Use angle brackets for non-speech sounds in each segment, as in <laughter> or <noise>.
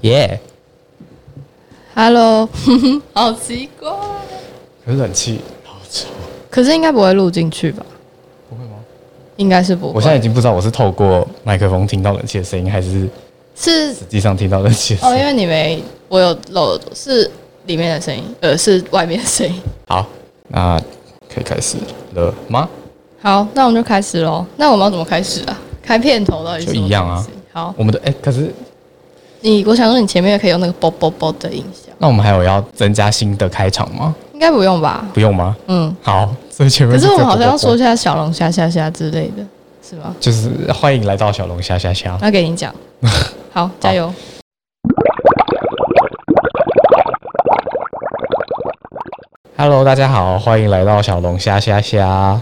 耶、 Hello，好 <laughs> 奇怪。可是冷气好吵，可是应该不会录进去吧？不会吗？应该是不会。我现在已经不知道我是透过麦克风听到冷气的声音，还是是实际上听到冷气的声哦，音。因为你没，我有漏耳朵，是里面的声音，呃，是外面的声音。 <laughs> 好，那可以开始了吗？好，那我们就开始喽。那我们要怎么开始啊？开片头到底是就什么一样啊东西。好，我们的哎、可是你我想说你前面也可以用那个啵啵啵的音效，那我们还有要增加新的开场吗？应该不用吧？不用吗？嗯。好，所以前面可是我这们个好像要播说一下小龙虾虾虾之类的，是吗？就是欢迎来到小龙虾虾虾。那给你 <laughs> 讲。好，加油。 Hello，大家好，欢迎来到小龙虾虾虾，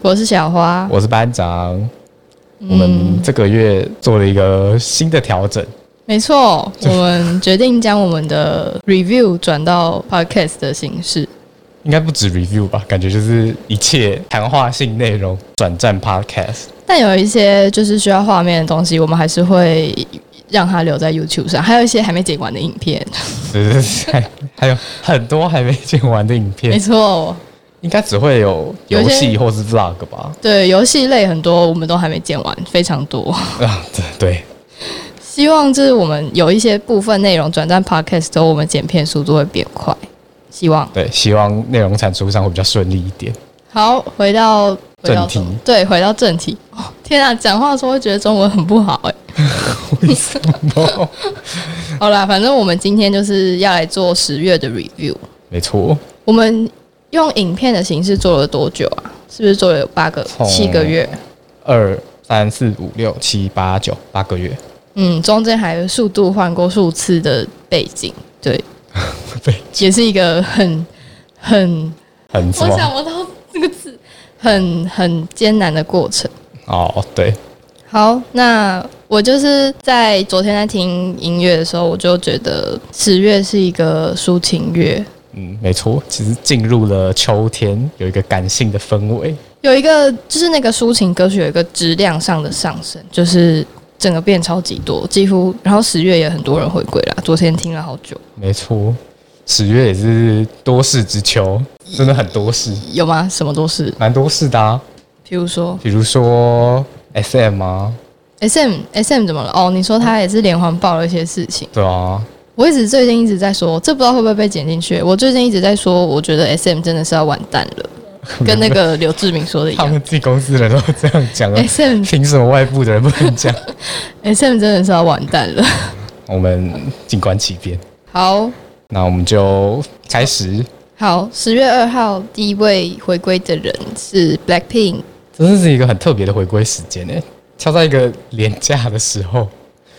我是小花。我是班长。嗯我们这个月做了一个新的调整，没错，我们决定将我们的 review 转到 podcast 的形式。应该不止 review 吧，感觉就是一切谈话性内容转战 podcast。但有一些就是需要画面的东西，我们还是会让它留在 YouTube 上。还有一些还没剪完的影片，对对对，还 <laughs> 还有很多还没剪完的影没片，错，应该只会有游戏或是 vlog 吧？对游戏类很多我们都还没剪完，非常多。 <laughs> 啊，对对，希望就是我们有一些部分内容转战 podcast 之后，我们剪片速度会变快。希望对，希望内容产出上会比较顺利一点。 <laughs> 好，回到回到正题什么对，回到正题。哦、天啊，讲话的时候会觉得中文很不好哎、 <laughs> 好啦，反正我们今天就是要来做十月的 review。没错，我们用影片的形式做了多久啊？是不是做了有八个、从七个月？二三四五六七八九八个月， <laughs> 嗯，中间还速度换过数次的背景，对，对，也是一个很很，很我什么？想不到这个字，很很艰难的过程。哦，对，好，那我就是在昨天在听音乐的时候，我就觉得十月是一个抒情月，嗯，没错，其实进入了秋天，有一个感性的氛围。有一个就是那个抒情歌曲有一个质量上的上升，就是整个变超级多，几乎然后十月也很多人回归啦。昨天听了好久，没错，十月也是多事之秋，真的很多事，有吗？什么都是，蛮多事的啊。譬如说比如说 S M 啊， S M S M 怎么了？哦，你说他也是连环爆了一些事情。对啊，我一直最近一直在说，这不知道会不会被剪进去。我最近一直在说，我觉得 S M 真的是要完蛋了，跟那个刘志明说的一 <laughs> 他样。们自己公司的人都这样讲啊， S M 凭什么外部的人不能讲？ <laughs> S M 真的是要完蛋了。我们静观其变。好那我们就开始，好，十月二号第一位回归的人是 Blackpink。真是一个很特别的回归时间诶、挑在一个廉价的时候，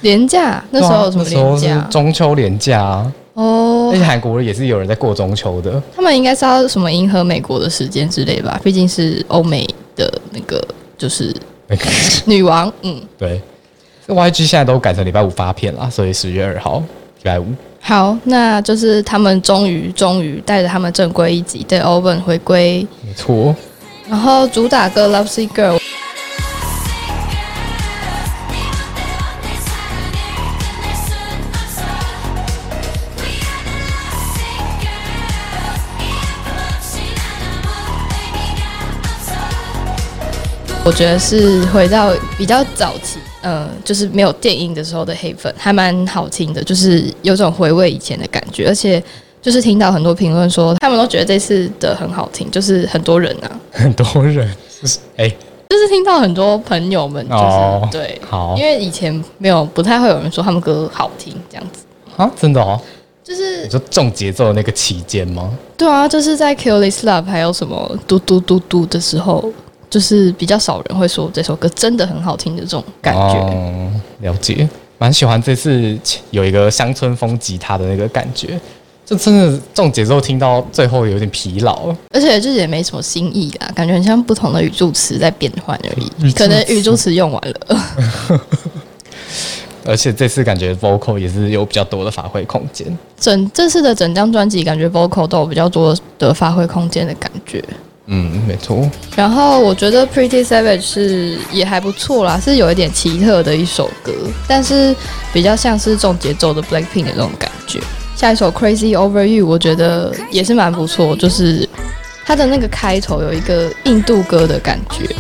廉价，那时候有什么对啊那廉时候价是？中秋廉价啊，哦而，且韩国也是有人在过中秋的，他们应该是要什么迎合美国的时间之类吧？毕竟是欧美的那个就是那个女王，嗯，对，这 YG 现在都改成礼拜五发片啦，所以十月二号礼拜五，好，那就是他们终于终于带着他们正规一级的 Open 回归，没错，然后主打歌《Love s i c Girl》。我觉得是回到比较早期，呃，就是没有电影的时候的黑粉，还蛮好听的，就是有种回味以前的感觉，而且就是听到很多评论说，他们都觉得这次的很好听，就是很多人啊，很多人就是哎、就是听到很多朋友们就是、哦对，好因为以前没有不太会有人说他们歌好听这样子，啊，真的哦，就是你说重节奏的那个期间吗？对啊，就是在 Kill This Love 还有什么嘟嘟嘟嘟的时候，就是比较少人会说这首歌真的很好听的这种感觉。哦、了解，蛮喜欢这次有一个乡村风吉他的那个感觉，就真的重节奏听到最后有点疲劳，而且就是也没什么新意啦，感觉很像不同的语助词在变换而语已，助词可能语助词用完了。而且这次感觉 vocal 也是有比较多的发挥空间，整这次的整张专辑，感觉 vocal 都有比较多的发挥空间的感觉。嗯，没错，然后我觉得《Pretty Savage》是也还不错啦，是有一点奇特的一首歌，但是比较像是重节奏的 Blackpink 的那种感觉。下一首《Crazy Over You》，我觉得也是蛮不错，就是它的那个开头有一个印度歌的感觉，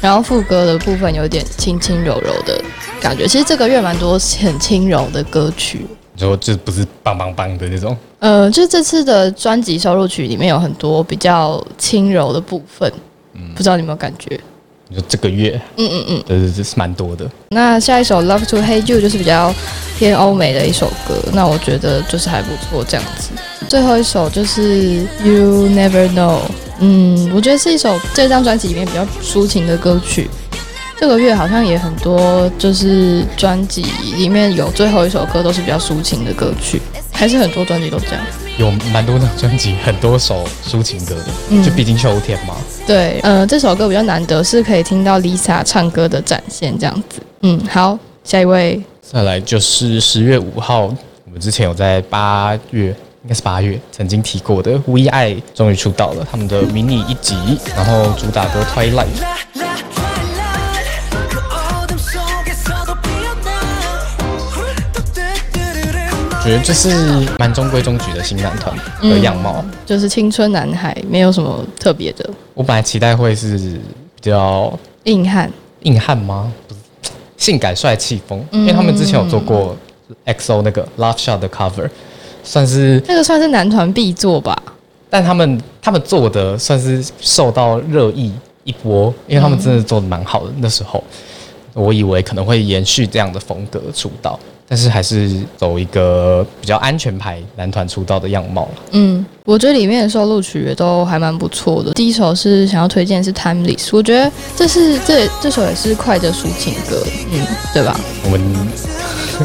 然后副歌的部分有点轻轻柔柔的感觉。其实这个月蛮多很轻柔的歌曲，你说就不是棒棒棒的那种，呃，就这次的专辑收录曲里面有很多比较轻柔的部分，不知道你有没有感觉？你说这个月，嗯嗯嗯。对对对，是蛮多的。那下一首《Love to Hate You》就是比较偏欧美的一首歌，那我觉得就是还不错这样子。最后一首就是《You Never Know》，嗯，我觉得是一首这张专辑里面比较抒情的歌曲。这个月好像也很多，就是专辑里面有最后一首歌都是比较抒情的歌曲，还是很多专辑都这样。有蛮多张专辑，很多首抒情歌的，嗯就毕竟秋天嘛。对，呃，这首歌比较难得，是可以听到 Lisa 唱歌的展现这样子。嗯，好，下一位，再来就是十月五号，我们之前有在八月，应该是八月曾经提过的 V I 终于出道了，他们的迷你一集，然后主打歌 Twilight。觉得就是蛮中规中矩的新男团的样貌。就是青春男孩，没有什么特别的我本来期待会是比较硬汉。硬汉吗？不是，性感帅气风，因为他们之前有做过 XO 那个 Love Shot 的 cover，算是，那个算是男团必做吧？但他们他们做的算是受到热议一波，因为他们真的做的蛮好的。那时候我以为可能会延续这样的风格出道，但是还是走一个比较安全牌男团出道的样貌了。嗯，我觉得里面的收录曲也都还蛮不错的。第一首是想要推荐是《Timeless》，我觉得这是这这首也是快的抒情歌，嗯，对吧？我们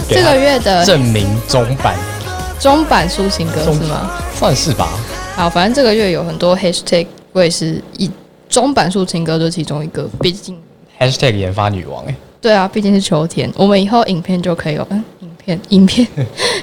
给这他个月的证明中版中版抒情歌中是吗？算是吧。好，反正这个月有很多 hashtag，我也是一中版抒情歌就是其中一个，毕竟 Hashtag 研发女王、欸，对啊，毕竟是秋天，我们以后影片就可以有，嗯，影片 <laughs> 影 <laughs> 片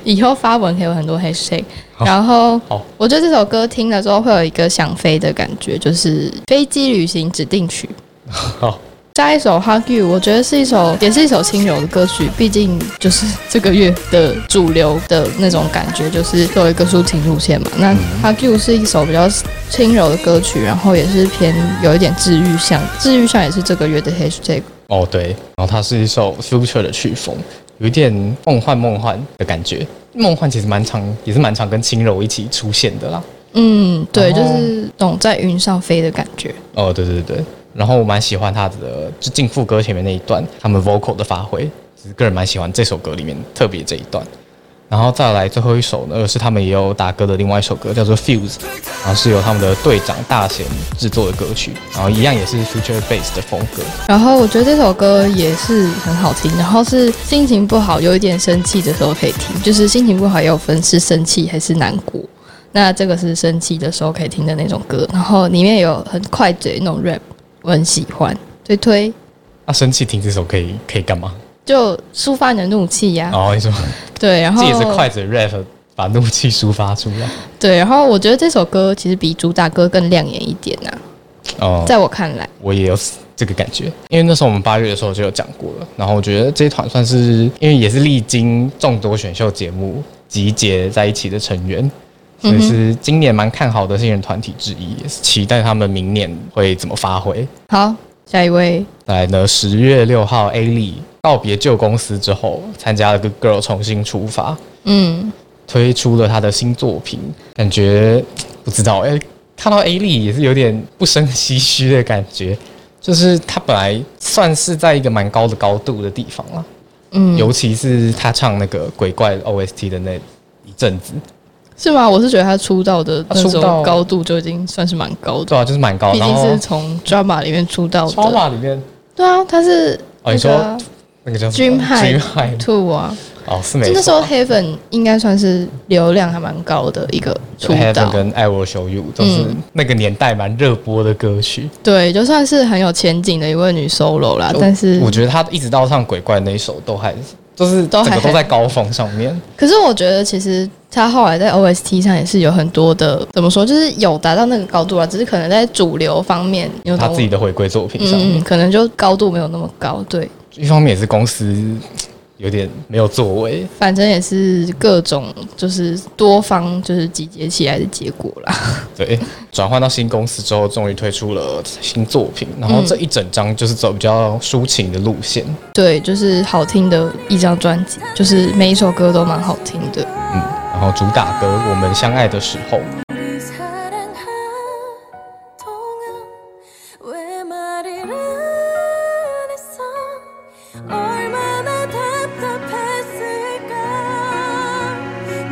以后发文可以有很多 hashtag，好然后好我觉得这首歌听了之后会有一个想飞的感觉，就是飞机旅行指定曲。 <laughs> 好，下一首《Hug You》，我觉得是一首，也是一首轻柔的歌曲，毕竟就是这个月的主流的那种感觉，就是走一个抒情路线嘛。嗯那《Hug You》是一首比较轻柔的歌曲，然后也是偏有一点治愈向，治愈向也是这个月的 hashtag。哦对，然后它是一首 Future 的曲风，有一点梦幻梦幻的感觉。梦幻其实蛮常，也是蛮常跟轻柔一起出现的啦。嗯，对，哦就是那种在云上飞的感觉。哦，对对对，然后我蛮喜欢他的，就进副歌前面那一段，他们 vocal 的发挥，只是个人蛮喜欢这首歌里面特别这一段。然后再来最后一首呢，是他们也有打歌的另外一首歌，叫做《Fuse》，然后是由他们的队长大贤制作的歌曲，然后一样也是 Future Bass 的风格。然后我觉得这首歌也是很好听，然后是心情不好、有一点生气的时候可以听，就是心情不好也有分是生气还是难过。那这个是生气的时候可以听的那种歌，然后里面有很快嘴那种 rap，我很喜欢，推推那啊生气听这首可以可以干嘛？就抒发你的怒气呀、然后你说对，然后借着快嘴 rap 把怒气抒发出来。对，然后我觉得这首歌其实比主打歌更亮眼一点呐、哦，在我看来，我也有这个感觉，因为那时候我们八月的时候就有讲过了。然后我觉得这一团算是，因为也是历经众多选秀节目集结在一起的成员，所以是今年蛮看好的新人团体之一，也是期待他们明年会怎么发挥。好，下一位，再来呢，十月六号，A 莉告别旧公司之后，参加了《Good Girl》重新出发，嗯，推出了他的新作品，感觉不知道哎、看到 A 莉也是有点不胜唏嘘的感觉，就是他本来算是在一个蛮高的高度的地方了，嗯，尤其是他唱那个鬼怪 OST 的那一阵子，是吗？我是觉得他出道的他那出种道高度就已经算是蛮高的。对啊，就是蛮高，毕然竟后是从 drama 里面出道超的。马里面对啊，他是哦那你说个啊那个叫什 Dream 么 <laughs> High High Two 啊，哦是就没那时错候啊。 Heaven 应该算是流量还蛮高的一个出 Heaven 道，跟 I Will Show You 都是嗯那个年代蛮热播的歌曲，对，就算是很有前景的一位女 solo 啦就。但是我觉得她一直到唱鬼怪那一首都还就是都整还个都很在高峰上面。可是我觉得其实他后来在 OST 上也是有很多的，怎么说，就是有达到那个高度啊，只是可能在主流方面，你有他懂我自己的回归作品上嗯面，嗯，可能就高度没有那么高，对，一方面也是公司有点没有作为，反正也是各种就是多方就是集结起来的结果啦。 <laughs> 对，转换到新公司之后，终于推出了新作品，然后这一整张就是走比较抒情的路线，嗯对，就是好听的一张专辑，就是每一首歌都蛮好听的。嗯，然后主打歌《我们相爱的时候》， 우리 사랑한 동안 왜 말을 안 했어 얼마나 답답했을까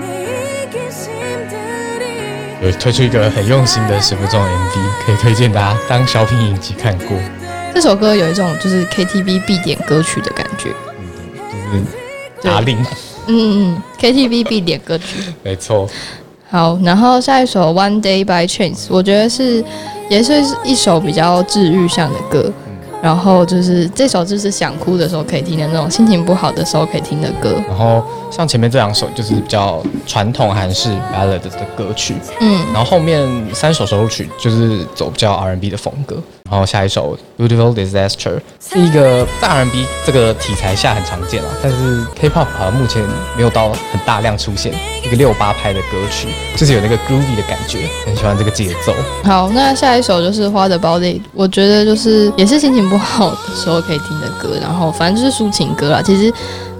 내 이기심들이 有推出一个很用心的十分钟的 MV，可以推荐大家当小品影集看过，这首歌有一种就是 KTV 必点歌曲的感觉，就是阿令，嗯嗯嗯，KTV 必点歌曲。没错，好，然后下一首《One Day by Chance》，我觉得是也是一首比较治愈向的歌。然后就是这首就是想哭的时候可以听的那种，心情不好的时候可以听的歌。然后像前面这两首就是比较传统韩式 ballad 的歌曲，嗯，然后后面三首首曲就是走比较 R&B 的风格，然后下一首《Beautiful Disaster》是一个在 R&B 这个题材下很常见啦，啊但是 K-pop 好像目前没有到很大量出现一个六八拍的歌曲，就是有那个 groovy 的感觉，很喜欢这个节奏。好，那下一首就是《花的包 y 我觉得就是也是心情不好的时候可以听的歌，然后反正就是抒情歌啦。其实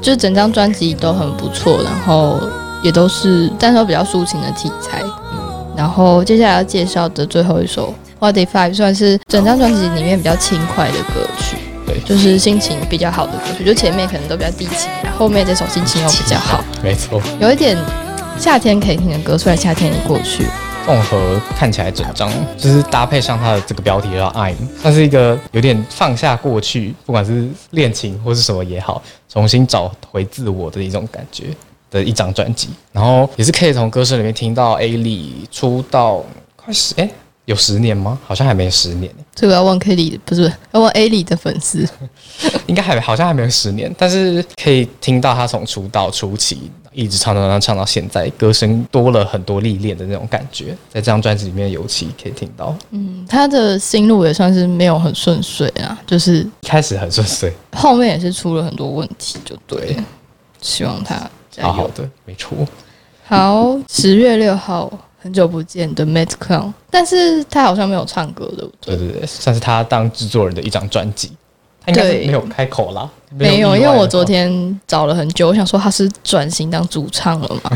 就是整张专辑都很不错，然后也都是但是都比较抒情的题材。嗯然后接下来要介绍的最后一首《What If I》算是整张专辑里面比较轻快的歌曲，对就是心情比较好的歌曲。就前面可能都比较低情，后面这首心情又比较好，没错，有一点夏天可以听的歌，虽然夏天已过去了。综合看起来整张就是搭配上它的这个标题叫《I'm》，它是一个有点放下过去，不管是恋情或是什么也好，重新找回自我的一种感觉的一张专辑。然后也是可以从歌声里面听到 A 莉出道快十哎、有十年吗？好像还没十年，这个要问 K 里，不是要问 A 里的粉丝。应该还好像还没有十年，但是可以听到她从出道初期一直唱唱唱唱到现在，歌声多了很多历练的那种感觉，在这张专辑里面尤其可以听到。嗯，他的心路也算是没有很顺遂啊，就是一开始很顺遂。后面也是出了很多问题，就对了。希望他加油。好好的，没错。好，十月六号，很久不见的 Matt Clown，但是他好像没有唱歌，对对不对？对对，算是他当制作人的一张专辑，他应该是对没有开口啦，没有，意外因为的我话昨天找了很久，我想说他是转型当主唱了嘛，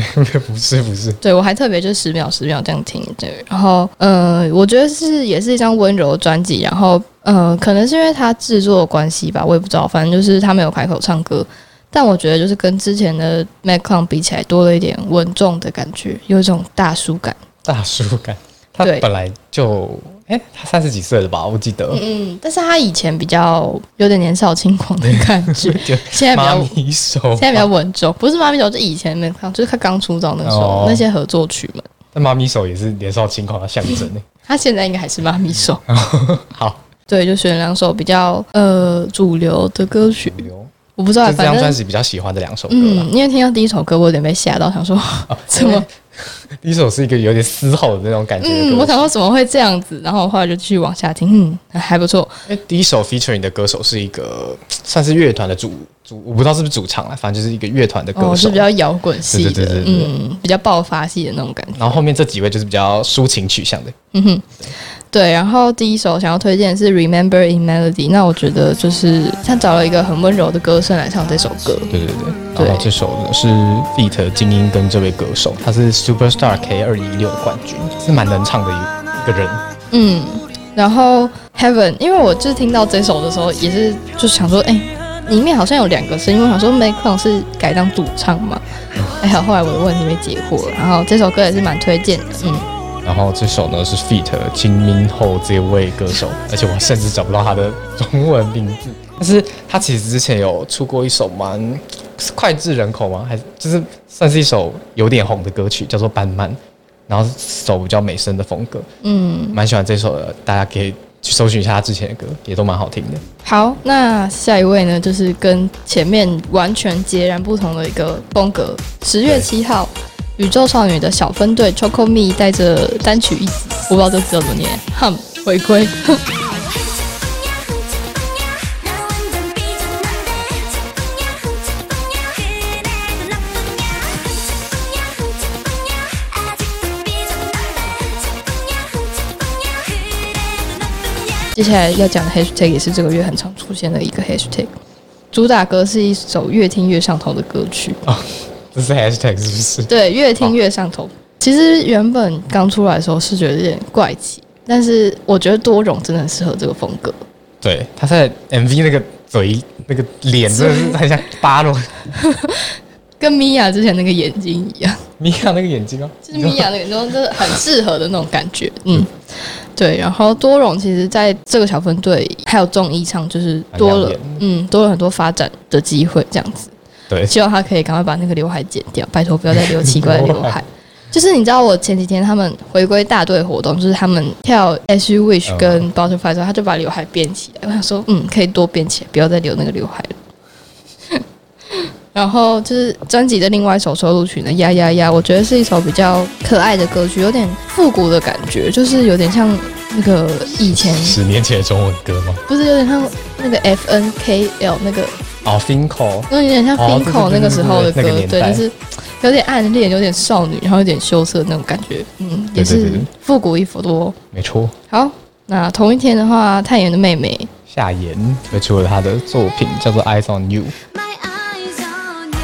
不是不是，对我还特别就十秒十秒这样听，对，然后呃，我觉得是也是一张温柔的专辑，然后呃，可能是因为他制作的关系吧，我也不知道，反正就是他没有开口唱歌，但我觉得就是跟之前的 Mac Con 比起来，多了一点稳重的感觉，有一种大叔感。大叔感，他对本来就哎、他三十几岁了吧？我记得，嗯，但是他以前比较有点年少轻狂的感觉 <laughs> ，就现在比妈较咪手，现在比较稳重，不是妈咪手，就以前 Mac Con，就是他刚出道那个时候、哦那些合作曲们，但妈咪手也是年少轻狂的象征呢。他现在应该还是妈咪手。 <laughs> 好，对，就选两首比较呃主流的歌曲。留我不知就道，是这张啊反专正辑比较喜欢的两首歌啦嗯。，因为听到第一首歌，我有点被吓到，想说啊怎 <laughs> 么第一首是一个有点嘶吼的那种感觉的嗯，歌我曲。想说怎么会这样子，然后我后来就继续往下听，嗯，还不错。哎、第一首 featuring 的歌手是一个算是乐团的主主，我不知道是不是主唱啦，反正就是一个乐团的歌手。哦，是比较摇滚系对的对对，对对嗯，比较爆发系的那种感觉。然后后面这几位就是比较抒情取向的，嗯哼，对。然后第一首想要推荐的是《Remember in Melody》，那我觉得就是他找了一个很温柔的歌声来唱这首歌。对对嗯对。对然后这首呢是 Feat 精英跟这位歌手，他是 Superstar K 二一六冠军，是蛮能唱的一一个人。嗯，然后 Heaven，因为我就是听到这首的时候，也是就想说，哎、里面好像有两个声音，我想说 m a c o n 是改当主唱嘛，哎呀，后来我的问题被解惑了。然后这首歌也是蛮推荐的，嗯，然后这首呢是 Feat 金明后这位歌手，而且我甚至找不到他的中文名字。但是他其实之前有出过一首蛮是脍炙人口吗？还是就是算是一首有点红的歌曲，叫做嗯《斑慢》，然后是走比较美声的风格。嗯，蛮喜欢这首的，大家可以去搜寻一下他之前的歌，也都蛮好听的。好，那下一位呢，就是跟前面完全截然不同的一个风格。十月对七号，宇宙少女的小分队 Choco Me 带着单曲一集，我不知道这字怎么念，Hum 回归。接下来要讲的 hashtag 也是这个月很常出现的一个 hashtag。主打歌是一首越听越上头的歌曲，啊这是 hashtag 是不是？对，越听越上头。其实原本刚出来的时候是觉得有点怪奇，但是我觉得多容真的很适合这个风格。 <laughs> 对，他在 MV 那个嘴、那个脸真的是很像巴洛跟米娅之前那个眼睛 <laughs> 一样， <laughs> 米娅那个眼睛啊，就是米娅那个，然后就是很适合的那种感觉。嗯，对。然后多容其实在这个小分队还有综艺上，就是多蛮了亮眼嗯多了很多发展的机会，这样子。对，希望他可以赶快把那个刘海剪掉，拜托不要再留奇怪的刘刘海海。就是你知道，我前几天他们回归大队活动，就是他们跳《As You Wish 嗯》跟《Butterfly》的时候，他就把刘海编起来。我想说，嗯，可以多编起来，不要再留那个刘海了。 <laughs> 然后就是专辑的另外一首收录曲呢，《呀呀呀》，我觉得是一首比较可爱的歌曲，有点复古的感觉，就是有点像那个以前，十年前的中文歌吗？不是有点像那个 F N K L 那个哦，Finko，有点像哦对 Finco 那对对个时候的歌对对，对对，那个年代就是有点暗恋，有点少女，然后有点羞涩那种感觉，嗯，也对对对是对复古一幅多。没错。好，那同一天的话，泰妍的妹妹，夏言推出了他的作品叫做《Eyes on You》， My eyes on you,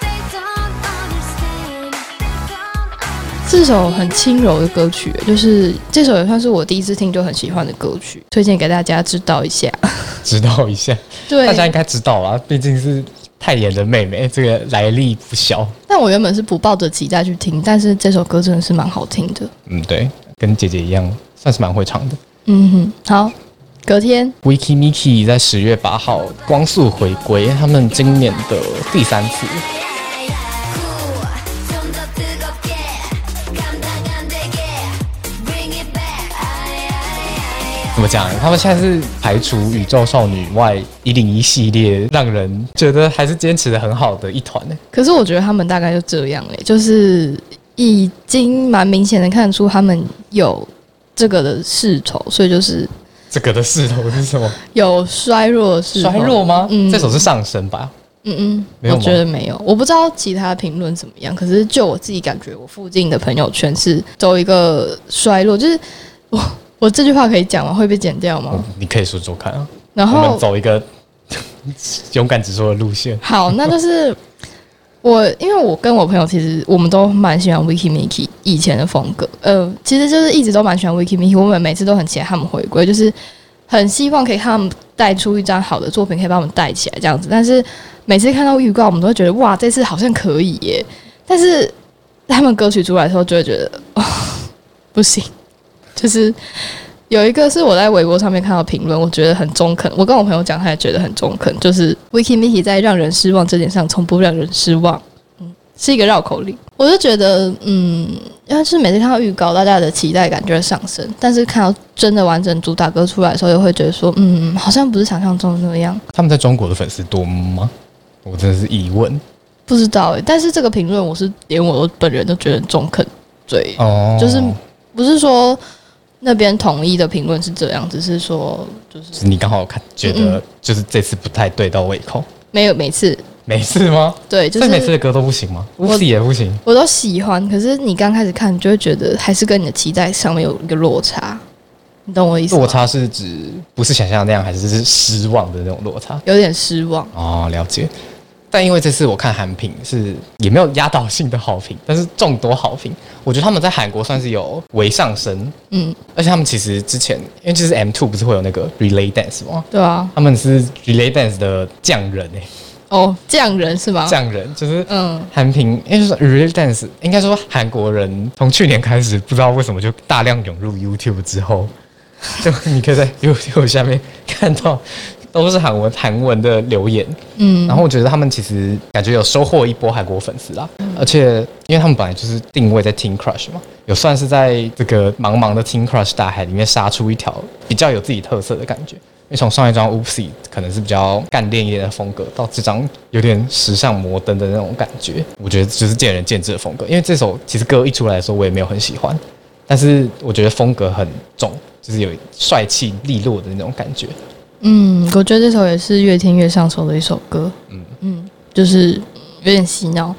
they don't understand. They don't understand. 这首很轻柔的歌曲，就是这首也算是我第一次听就很喜欢的歌曲，推荐给大家知道一下。 <laughs> 知道一下，对大，家应该知道啦，毕竟是泰妍的妹妹，这个来历不小。但我原本是不抱着期待去听，但是这首歌真的是蛮好听的。嗯，对，跟姐姐一样，算是蛮会唱的。嗯哼，好，隔天 Wiki Miki 在十月八号光速回归，他们今年的第三次。 좀 더 뜨겁게 감당 안 되게 Bring it back 怎么讲？他们现在是排除宇宙少女外一零一系列，让人觉得还是坚持的很好的一团呢。可是我觉得他们大概就这样嘞，就是已经蛮明显的看出他们有这个的势头，所以就是这个的势头是什么？有衰弱的势头。衰弱？吗？嗯这首是上升吧？嗯嗯，没有我吗觉得没有，我不知道其他评论怎么样。可是就我自己感觉，我附近的朋友圈是走一个衰落，就是我我这句话可以讲吗？会被剪掉吗？嗯你可以说说看啊。然我们后走一个 <laughs> 勇敢直说的路线。好，那就是我，因为我跟我朋友其实我们都蛮喜欢 Wiki Miki 以前的风格，呃，其实就是一直都蛮喜欢 Wiki Miki，我们每次都很期待他们回归，就是很希望可以看他们带出一张好的作品，可以把我们带起来这样子。但是每次看到预告，我们都会觉得哇，这次好像可以耶，但是他们歌曲出来的时候，就会觉得哦，不行，就是。有一个是我在微博上面看到评论，我觉得很中肯。我跟我朋友讲，他也觉得很中肯，就是 Wiki Miki 在让人失望这点上从不让人失望，嗯，是一个绕口令。我就觉得，嗯，要是每次看到预告，大家的期待感就会上升，但是看到真的完整主打歌出来的时候，又会觉得说，嗯，好像不是想象中的那样。他们在中国的粉丝多吗？我真的是疑问不知道诶、欸但是这个评论我是连我本人都觉得很中肯，对，哦就是不是说那边统一的评论是这样，只是说就是你刚好看觉嗯得就是这次不太对到胃口，没有每次每次吗？对，就所以每次是的歌都不行吗？我屋子也不行，我都喜欢，可是你刚开始看，你就会觉得还是跟你的期待上面有一个落差，你懂我意思吗？落差是指不是想象那样，还是是失望的那种落差？有点失望。哦，了解。但因为这次我看韩评是也没有压倒性的好评，但是众多好评，我觉得他们在韩国算是有微上升，嗯，而且他们其实之前因为就是 M two 不是会有那个 Relay Dance 吗？对啊，他们是 Relay Dance 的匠人哎、哦，匠人是吗？匠人就是嗯韩平，因为说 Relay Dance 应该说韩国人从去年开始，不知道为什么就大量涌入 YouTube 之后，就你可以在 YouTube 下面看到都是韩文韩文的留言，嗯，然后我觉得他们其实感觉有收获一波韩国粉丝啦，而且因为他们本来就是定位在 Teen Crush 嘛，有算是在这个茫茫的 Teen Crush 大海里面杀出一条比较有自己特色的感觉。因为从上一张 Oopsie 可能是比较干练一点的风格，到这张有点时尚摩登的那种感觉，我觉得就是见仁见智的风格。因为这首其实歌一出来的时候，我也没有很喜欢，但是我觉得风格很重，就是有帅气利落的那种感觉。嗯，我觉得这首也是越听越上手的一首歌。嗯就是有点洗脑。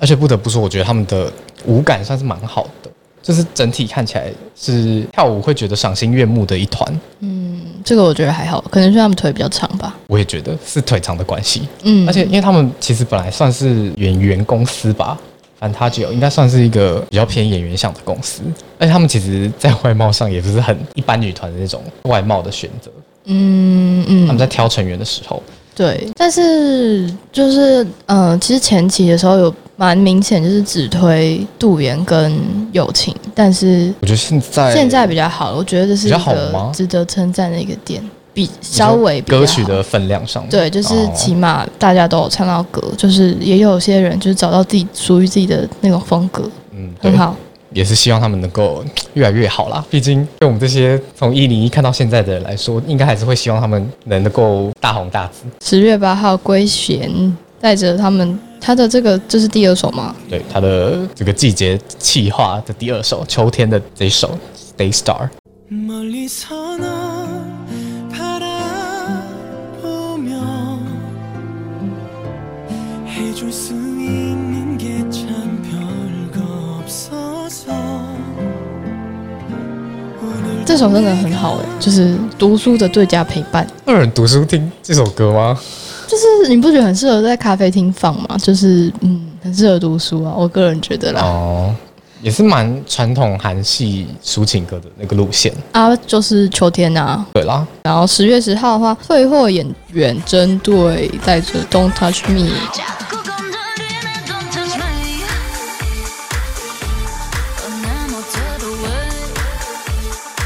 而且不得不说，我觉得他们的舞感算是蛮好的，就是整体看起来是跳舞会觉得赏心悦目的一团。嗯这个我觉得还好，可能是他们腿比较长吧。我也觉得是腿长的关系，嗯，而且因为他们其实本来算是演员公司吧。反他就应该算是一个比较偏演员向的公司，而且他们其实，在外貌上也不是很一般女团的那种外貌的选择。嗯嗯，他们在挑成员的时候，对，但是就是呃，其实前期的时候有蛮明显，就是只推杜源跟友情，但是我觉得现在现在比较好了，我觉得这是比一较好吗个值得称赞的一个点，比你说稍微比较歌曲好的分量上面，对，就是哦起码大家都有唱到歌，就是也有些人就是找到自己属于自己的那种风格，嗯对很好。也是希望他们能够越来越好啦。毕竟对我们这些从一零一看到现在的人来说，应该还是会希望他们能够大红大紫。十月八号，龟贤带着他们，他的这个这是第二首嘛，对他的这个季节气化的第二首，秋天的这一首《Day Star》， 멀리서 널 바라보며 해줄 수 있는 게 참 별거 없어서 오늘 这首真的很好诶、欸就是读书的最佳陪伴，那有人读书听这首歌吗？就是你不觉得很适合在咖啡厅放吗？就是嗯，很适合读书啊，我个人觉得啦。哦，也是蛮传统韩系抒情歌的那个路线。啊，就是秋天啊，对啦，然后十月十号的话，退货演员针对带着 Don't Touch Me。 자꾸 건드리는 Don't touch me Oh, 또난 못해도 왜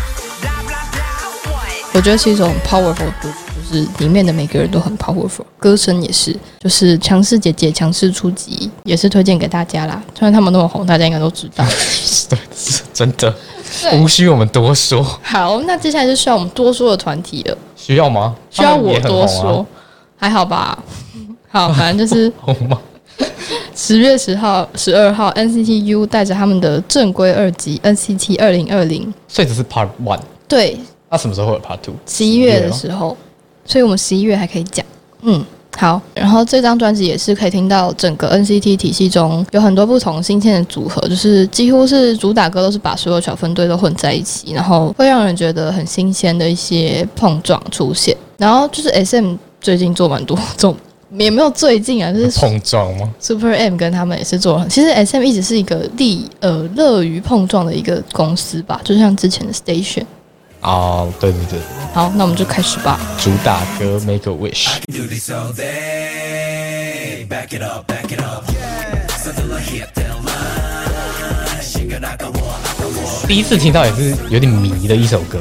我觉得是一种很 powerful 的歌曲，就是里面的每个人都很 powerful，歌声也是，就是强势姐姐强势出击，也是推荐给大家啦。虽然他们那么红，大家应该都知道。 <laughs> 对，是真的对无需我们多说，好，那接下来就需要我们多说的团体了，需要吗？需要他们我也很多红说，啊还好吧？好，反正就是 <laughs> 红吗？十月十号、十二号，NCT U 带着他们的正规二级 NCT 二零二零，所以这是 Part One，对，那什么时候会有 Part Two？十一月的时候，所以我们十一月还可以讲。嗯，好。然后这张专辑也是可以听到整个 NCT 体系中有很多不同新鲜的组合，就是几乎是主打歌都是把所有小分队都混在一起，然后会让人觉得很新鲜的一些碰撞出现。然后就是 SM 最近做蛮多 <laughs> 这种，也没有最近啊，就是碰撞吗？ Super M 跟他们也是做了，其实 S M 一直是一个力呃乐于碰撞的一个公司吧，就像之前的 Station。哦，对对对，好，那我们就开始吧。主打歌《Make a Wish》。 do this all day back it up back it up 서둘러 hit the line 시간 아까워 第一次听到也是有点迷的一首歌，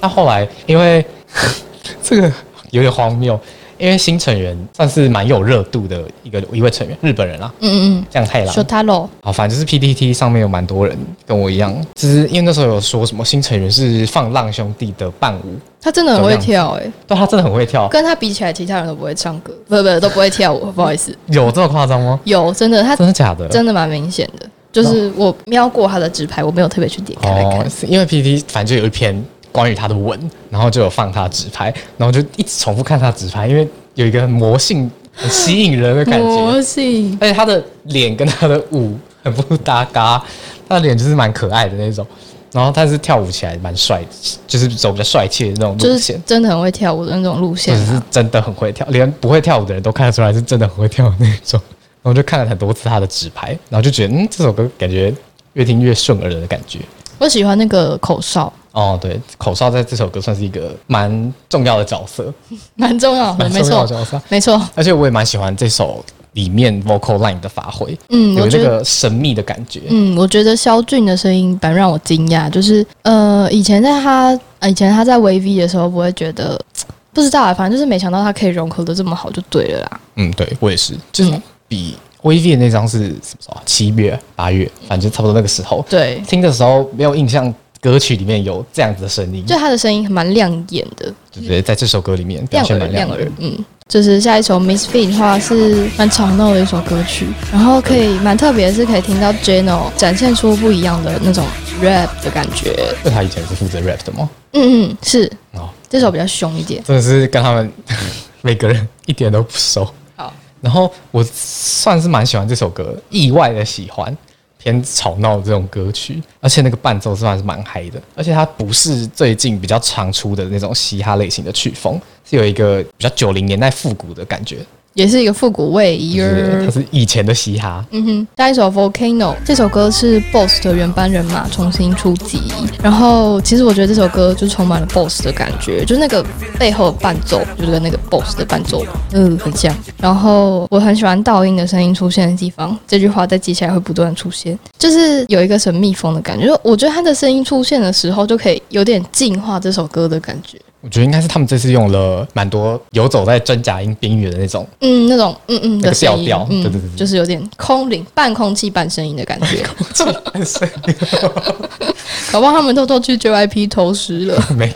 但后来因为 <laughs> 这个有点荒谬，因为新成员算是蛮有热度的一个一位成员，日本人啦，嗯嗯酱太嗯，郎说。他喽。好，反正就是 PTT 上面有蛮多人跟我一样，就是因为那时候有说什么新成员是放浪兄弟的伴舞，他真的很会跳哎、对他真的很会跳，跟他比起来，其他人都不会唱歌， <laughs> 不不都不会跳舞，不好意思。有这么夸张吗？有真的，他真的假的？真的蛮明显的，就是我瞄过他的直拍，我没有特别去点开来哦看，。是因为 PPT 反正就有一篇关于他的文，然后就有放他的直拍，然后就一直重复看他的直拍，因为有一个很魔性、很吸引人的感觉，魔性，而且他的脸跟他的舞很不搭嘎，他的脸就是蛮可爱的那种，然后但是跳舞起来蛮帅，就是走比较帅气的那种就路是线。真的很会跳舞的那种路线就是啊、真的很会跳，连不会跳舞的人都看得出来是真的很会跳的那种。 <laughs> 然后就看了很多次他的直拍，然后就觉得嗯，这首歌感觉越听越顺耳的感觉。我喜欢那个口哨， <laughs> 哦，对，口哨在这首歌算是一个蛮重要的角色，蛮重要的，蛮嗯没重要错的，角色。没错。而且我也蛮喜欢这首里面 vocal line 的发挥，嗯有我那觉得个神秘的感觉。嗯，我觉得肖俊的声音蛮让我惊讶，就是呃，以前在他呃以前他在 VV 的时候，不会觉得不知道啊，反正就是没想到他可以融合的这么好，就对了啦。嗯，对我也是，就是嗯比 VV 的那张是什么时候啊？七月、八月，反正差不多那个时候。对，听的时候没有印象，歌曲里面有这样子的声音，就他的声音蛮亮眼的，对不对？在这首歌里面表亮现耳蛮亮亮耳的。，嗯，就是下一首《Miss Fit》的话是蛮吵闹的一首歌曲，然后可以蛮特别，是可以听到 Jeno 展现出不一样的那种 rap 的感觉，那他以前是负责 rap 的吗？嗯嗯，是哦，这首比较凶一点，真的是跟他们 <laughs> 每个人一点都不熟。好，然后我算是蛮喜欢这首歌，意外的喜欢偏吵闹这种歌曲，而且那个伴奏算是蛮嗨的，而且它不是最近比较常出的那种嘻哈类型的曲风，是有一个比较九零年代复古的感觉，也是一个复古味，就是耶它。是以前的嘻哈，嗯哼，下一首《Volcano》这首歌是 BOSS 的原班人马重新出击，然后其实我觉得这首歌就充满了 BOSS 的感觉，就那个背后的伴奏，就是跟那个 BOSS 的伴奏，嗯，很像。然后我很喜欢倒音的声音出现的地方，这句话在接下来会不断地出现，就是有一个神秘风的感觉。就我觉得他的声音出现的时候，就可以有点净化这首歌的感觉。我觉得应该是他们这次用了蛮多游走在真假音边缘的那种，嗯，那种嗯嗯那的个声音，调调嗯，对对对对就是有点空灵、半空气、半声音的感觉。搞不好他们偷偷去 JYP 投食了。没。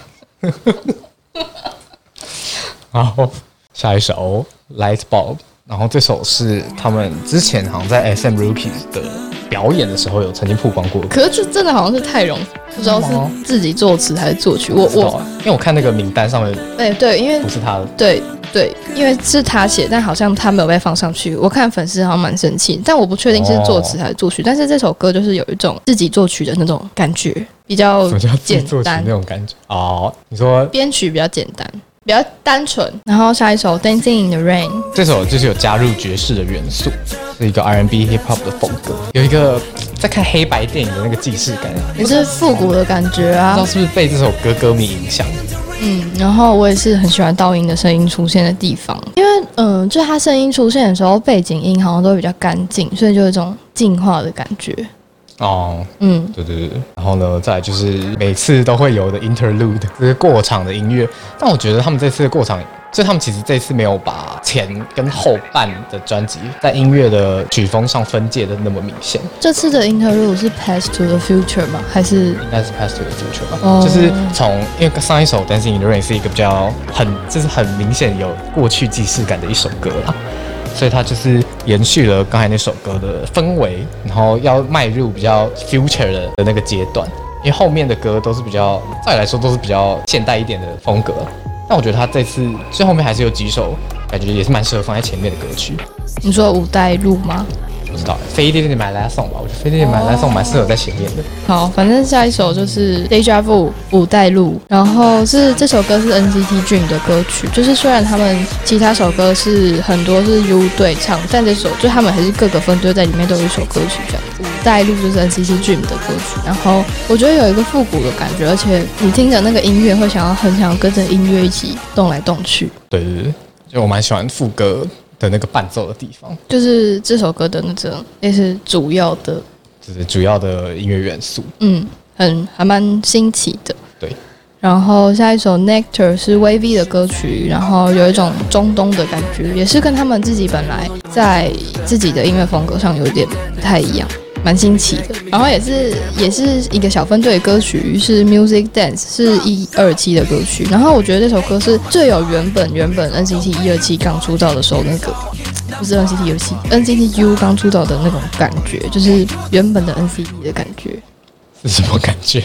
<laughs> 然后下一首《Light Bulb》，然后这首是他们之前好像在 SM Rookies 的表演的时候有曾经曝光过的歌。可是这真的好像是太容易，不知道是自己作词还是作曲。我不知道我啊因为我看那个名单上面哎、对，因为不是他的，对对，因为是他写，但好像他没有被放上去。我看粉丝好像蛮生气，但我不确定哦是作词还是作曲。但是这首歌就是有一种自己作曲的那种感觉，比较什么叫自简作曲单那，种感觉？哦，你说编曲比较简单，比较单纯。然后下一首《Dancing in the Rain》。这首就是有加入爵士的元素，是一个 R&B hip hop 的风格，有一个在看黑白电影的那个既视感。不是复古的感觉不知道啊，是不是被这首歌歌迷影响？嗯，然后我也是很喜欢倒音的声音出现的地方，因为嗯，就它声音出现的时候，背景音好像都会比较干净，所以就有一种净化的感觉，哦，嗯，对对对，对然后呢，再来就是每次都会有的 interlude，就是过场的音乐。但我觉得他们这次的过场，就他们其实这次没有把前跟后半的专辑在音乐的曲风上分界的那么明显，这次的 interlude 是 Pass to the Future 吗？还是应该是 Past to the Future 吧。哦就是从因为上一首 Dancing in the Rain 是一个比较很，就是很明显有过去既视感的一首歌啦。所以它就是延续了刚才那首歌的氛围，然后要迈入比较 future 的的那个阶段，因为后面的歌都是比较，再来说都是比较现代一点的风格。但我觉得他这次最后面还是有几首感觉也是蛮适合放在前面的歌曲，你说五代路吗？不知道《飞碟的买来送》吧，我觉得《飞碟的买来送》蛮适合在前面的。好，反正下一首就是《Deja Vu》五代路，然后是这首歌是 NCT Dream 的歌曲，就是虽然他们其他首歌是很多是 U 对唱，但这首就他们还是各个分队在里面都有一首歌曲这样。五代路就是 NCT Dream 的歌曲，然后我觉得有一个复古的感觉，而且你听着那个音乐会想要很想要跟着音乐一起动来动去，对对对，就我蛮喜欢副歌的那个伴奏的地方，就是这首歌的那种类似主要的，就是主要的音乐元素。嗯，很还蛮新奇的。对，然后下一首《Nectar》是 VV 的歌曲，然后有一种中东的感觉，也是跟他们自己本来在自己的音乐风格上有点不太一样，蛮新奇的。然后也是也是一个小分队的歌曲，是 Music Dance，是一二期的歌曲。然后我觉得这首歌是最有原本原本 NCT 一二期刚出道的时候那个。不是 NCT 游戏，NCT U 刚出道的那种感觉，就是原本的 NCT 的感觉，是什么感觉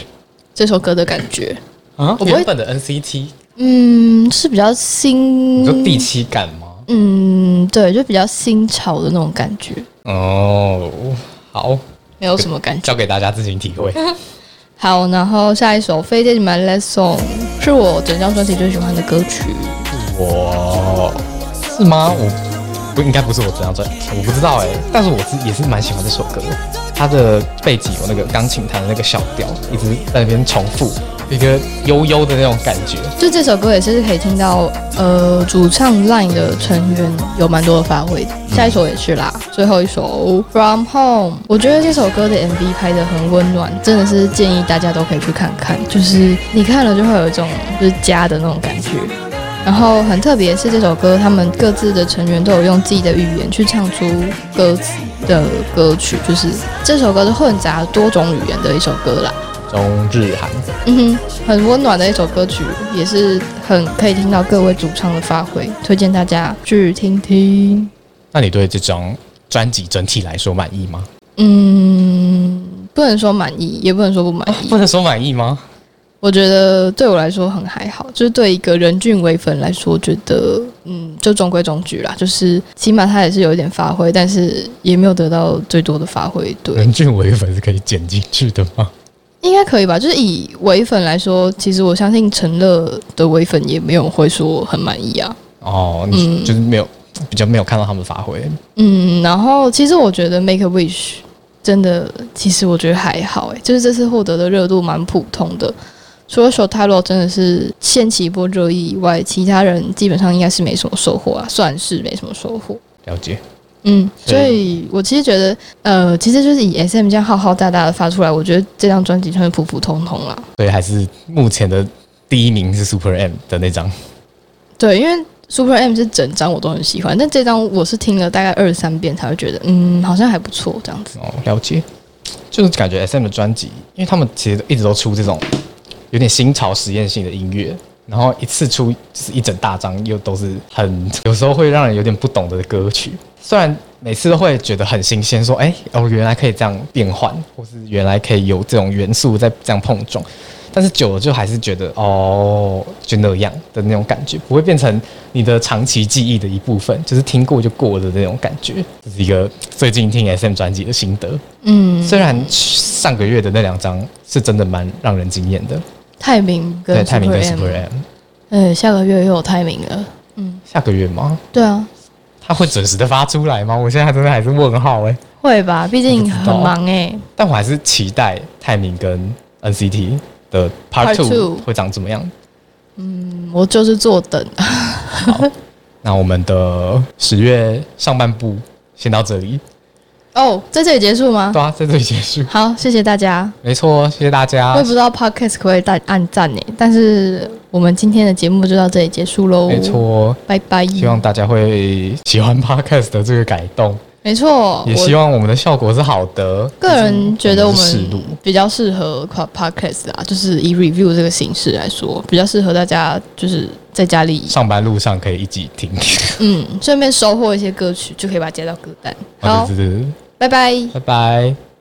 这首歌的感觉，啊？我不会原本的 NCT，嗯，是比较你新，说第七感吗？嗯，对，就比较新潮的那种感觉，哦，好，没有什么感觉。交给大家自行体会。好，然后下一首《飞碟你们 Let's Song》是我整张专辑最喜欢的歌曲，我是吗？我不应该不是我这张专辑，我不知道哎、但是我是也是蛮喜欢这首歌的，它的背景有那个钢琴弹的那个小调，一直在那边重复，一个悠悠的那种感觉。就这首歌也是可以听到，呃，主唱 LINE 的成员有蛮多的发挥的。下一首也是啦，最后一首《From Home》，我觉得这首歌的 MV 拍的很温暖，真的是建议大家都可以去看看，就是你看了就会有一种就是家的那种感觉。然后很特别是这首歌，他们各自的成员都有用自己的语言去唱出歌词的歌曲，就是这首歌是混杂多种语言的一首歌啦。中日韩，嗯哼，很温暖的一首歌曲，也是很可以听到各位主唱的发挥，推荐大家去听听。那你对这张专辑整体来说满意吗？嗯，不能说满意，也不能说不满 <laughs> 意不。能说满意吗？我觉得对我来说很还好，就是对一个人俊唯粉来说，觉得嗯，就中规中矩啦。就是起码他也是有一点发挥，但是也没有得到最多的发挥。对，任俊唯粉是可以剪进去的吗？应该可以吧？就是以唯粉来说，其实我相信陈乐的唯粉也没有会说很满意啊。哦，你就是没有、比较没有看到他们的发挥，嗯，然后其实我觉得 Make a Wish 真的，其实我觉得还好诶，就是这次获得的热度蛮普通的。除了 s h o t a r o 真的是掀起一波热议以外，其他人基本上应该是没什么收获啊，算是没什么收获。了解。嗯，对所以我其实觉得，呃，其实就是以 S M 这样浩浩大大的发出来，我觉得这张专辑算是普普通通啦。所以还是目前的第一名是 Super M 的那张，对，因为 Super M 是整张我都很喜欢，但这张我是听了大概二三遍才会觉得，嗯，好像还不错这样子。哦，了解。就是感觉 S M 的专辑，因为他们其实一直都出这种有点新潮实验性的音乐，然后一次出就是一整大张，又都是很有时候会让人有点不懂的歌曲。虽然每次都会觉得很新鲜，说哎、哦原来可以这样变换，或是原来可以有这种元素在这样碰撞，但是久了就还是觉得哦就那样的那种感觉，不会变成你的长期记忆的一部分，就是听过就过的那种感觉。这是一个最近听 S M 专辑的心得。嗯，虽然上个月的那两张是真的蛮让人惊艳的，泰明对跟泰明跟 Super Super M M，呃，下个月又有泰明了。下个月吗？对啊，它会准时的发出来吗？我现在真的还是问号哎、会吧？毕竟不知很道忙哎、但我还是期待泰明跟 NCT 的 Part Part Two Two 会长怎么样。我就是坐等。那我们的十月上半部先到这里，哦，在这里结束吗？对啊，在这里结 <laughs> 束。好，谢谢大家。没错，谢谢大家我也。不知道 podcast 可不可以带按赞呢，但是我们今天的节目就到这里结束喽。没，错，拜拜。希望大家会喜欢 Podcast 的这个改动，没错，也我希望我们的效果是好的。个人觉得我就是试录们比较适合 pod- podcast 啊，就是以 review 这个形式来说，比较适合大家就是在家里，上班路上可以一起听。嗯，顺便收获一些歌曲，就可以把它加到歌单。 <laughs> 好好的，对，对对拜拜。拜拜。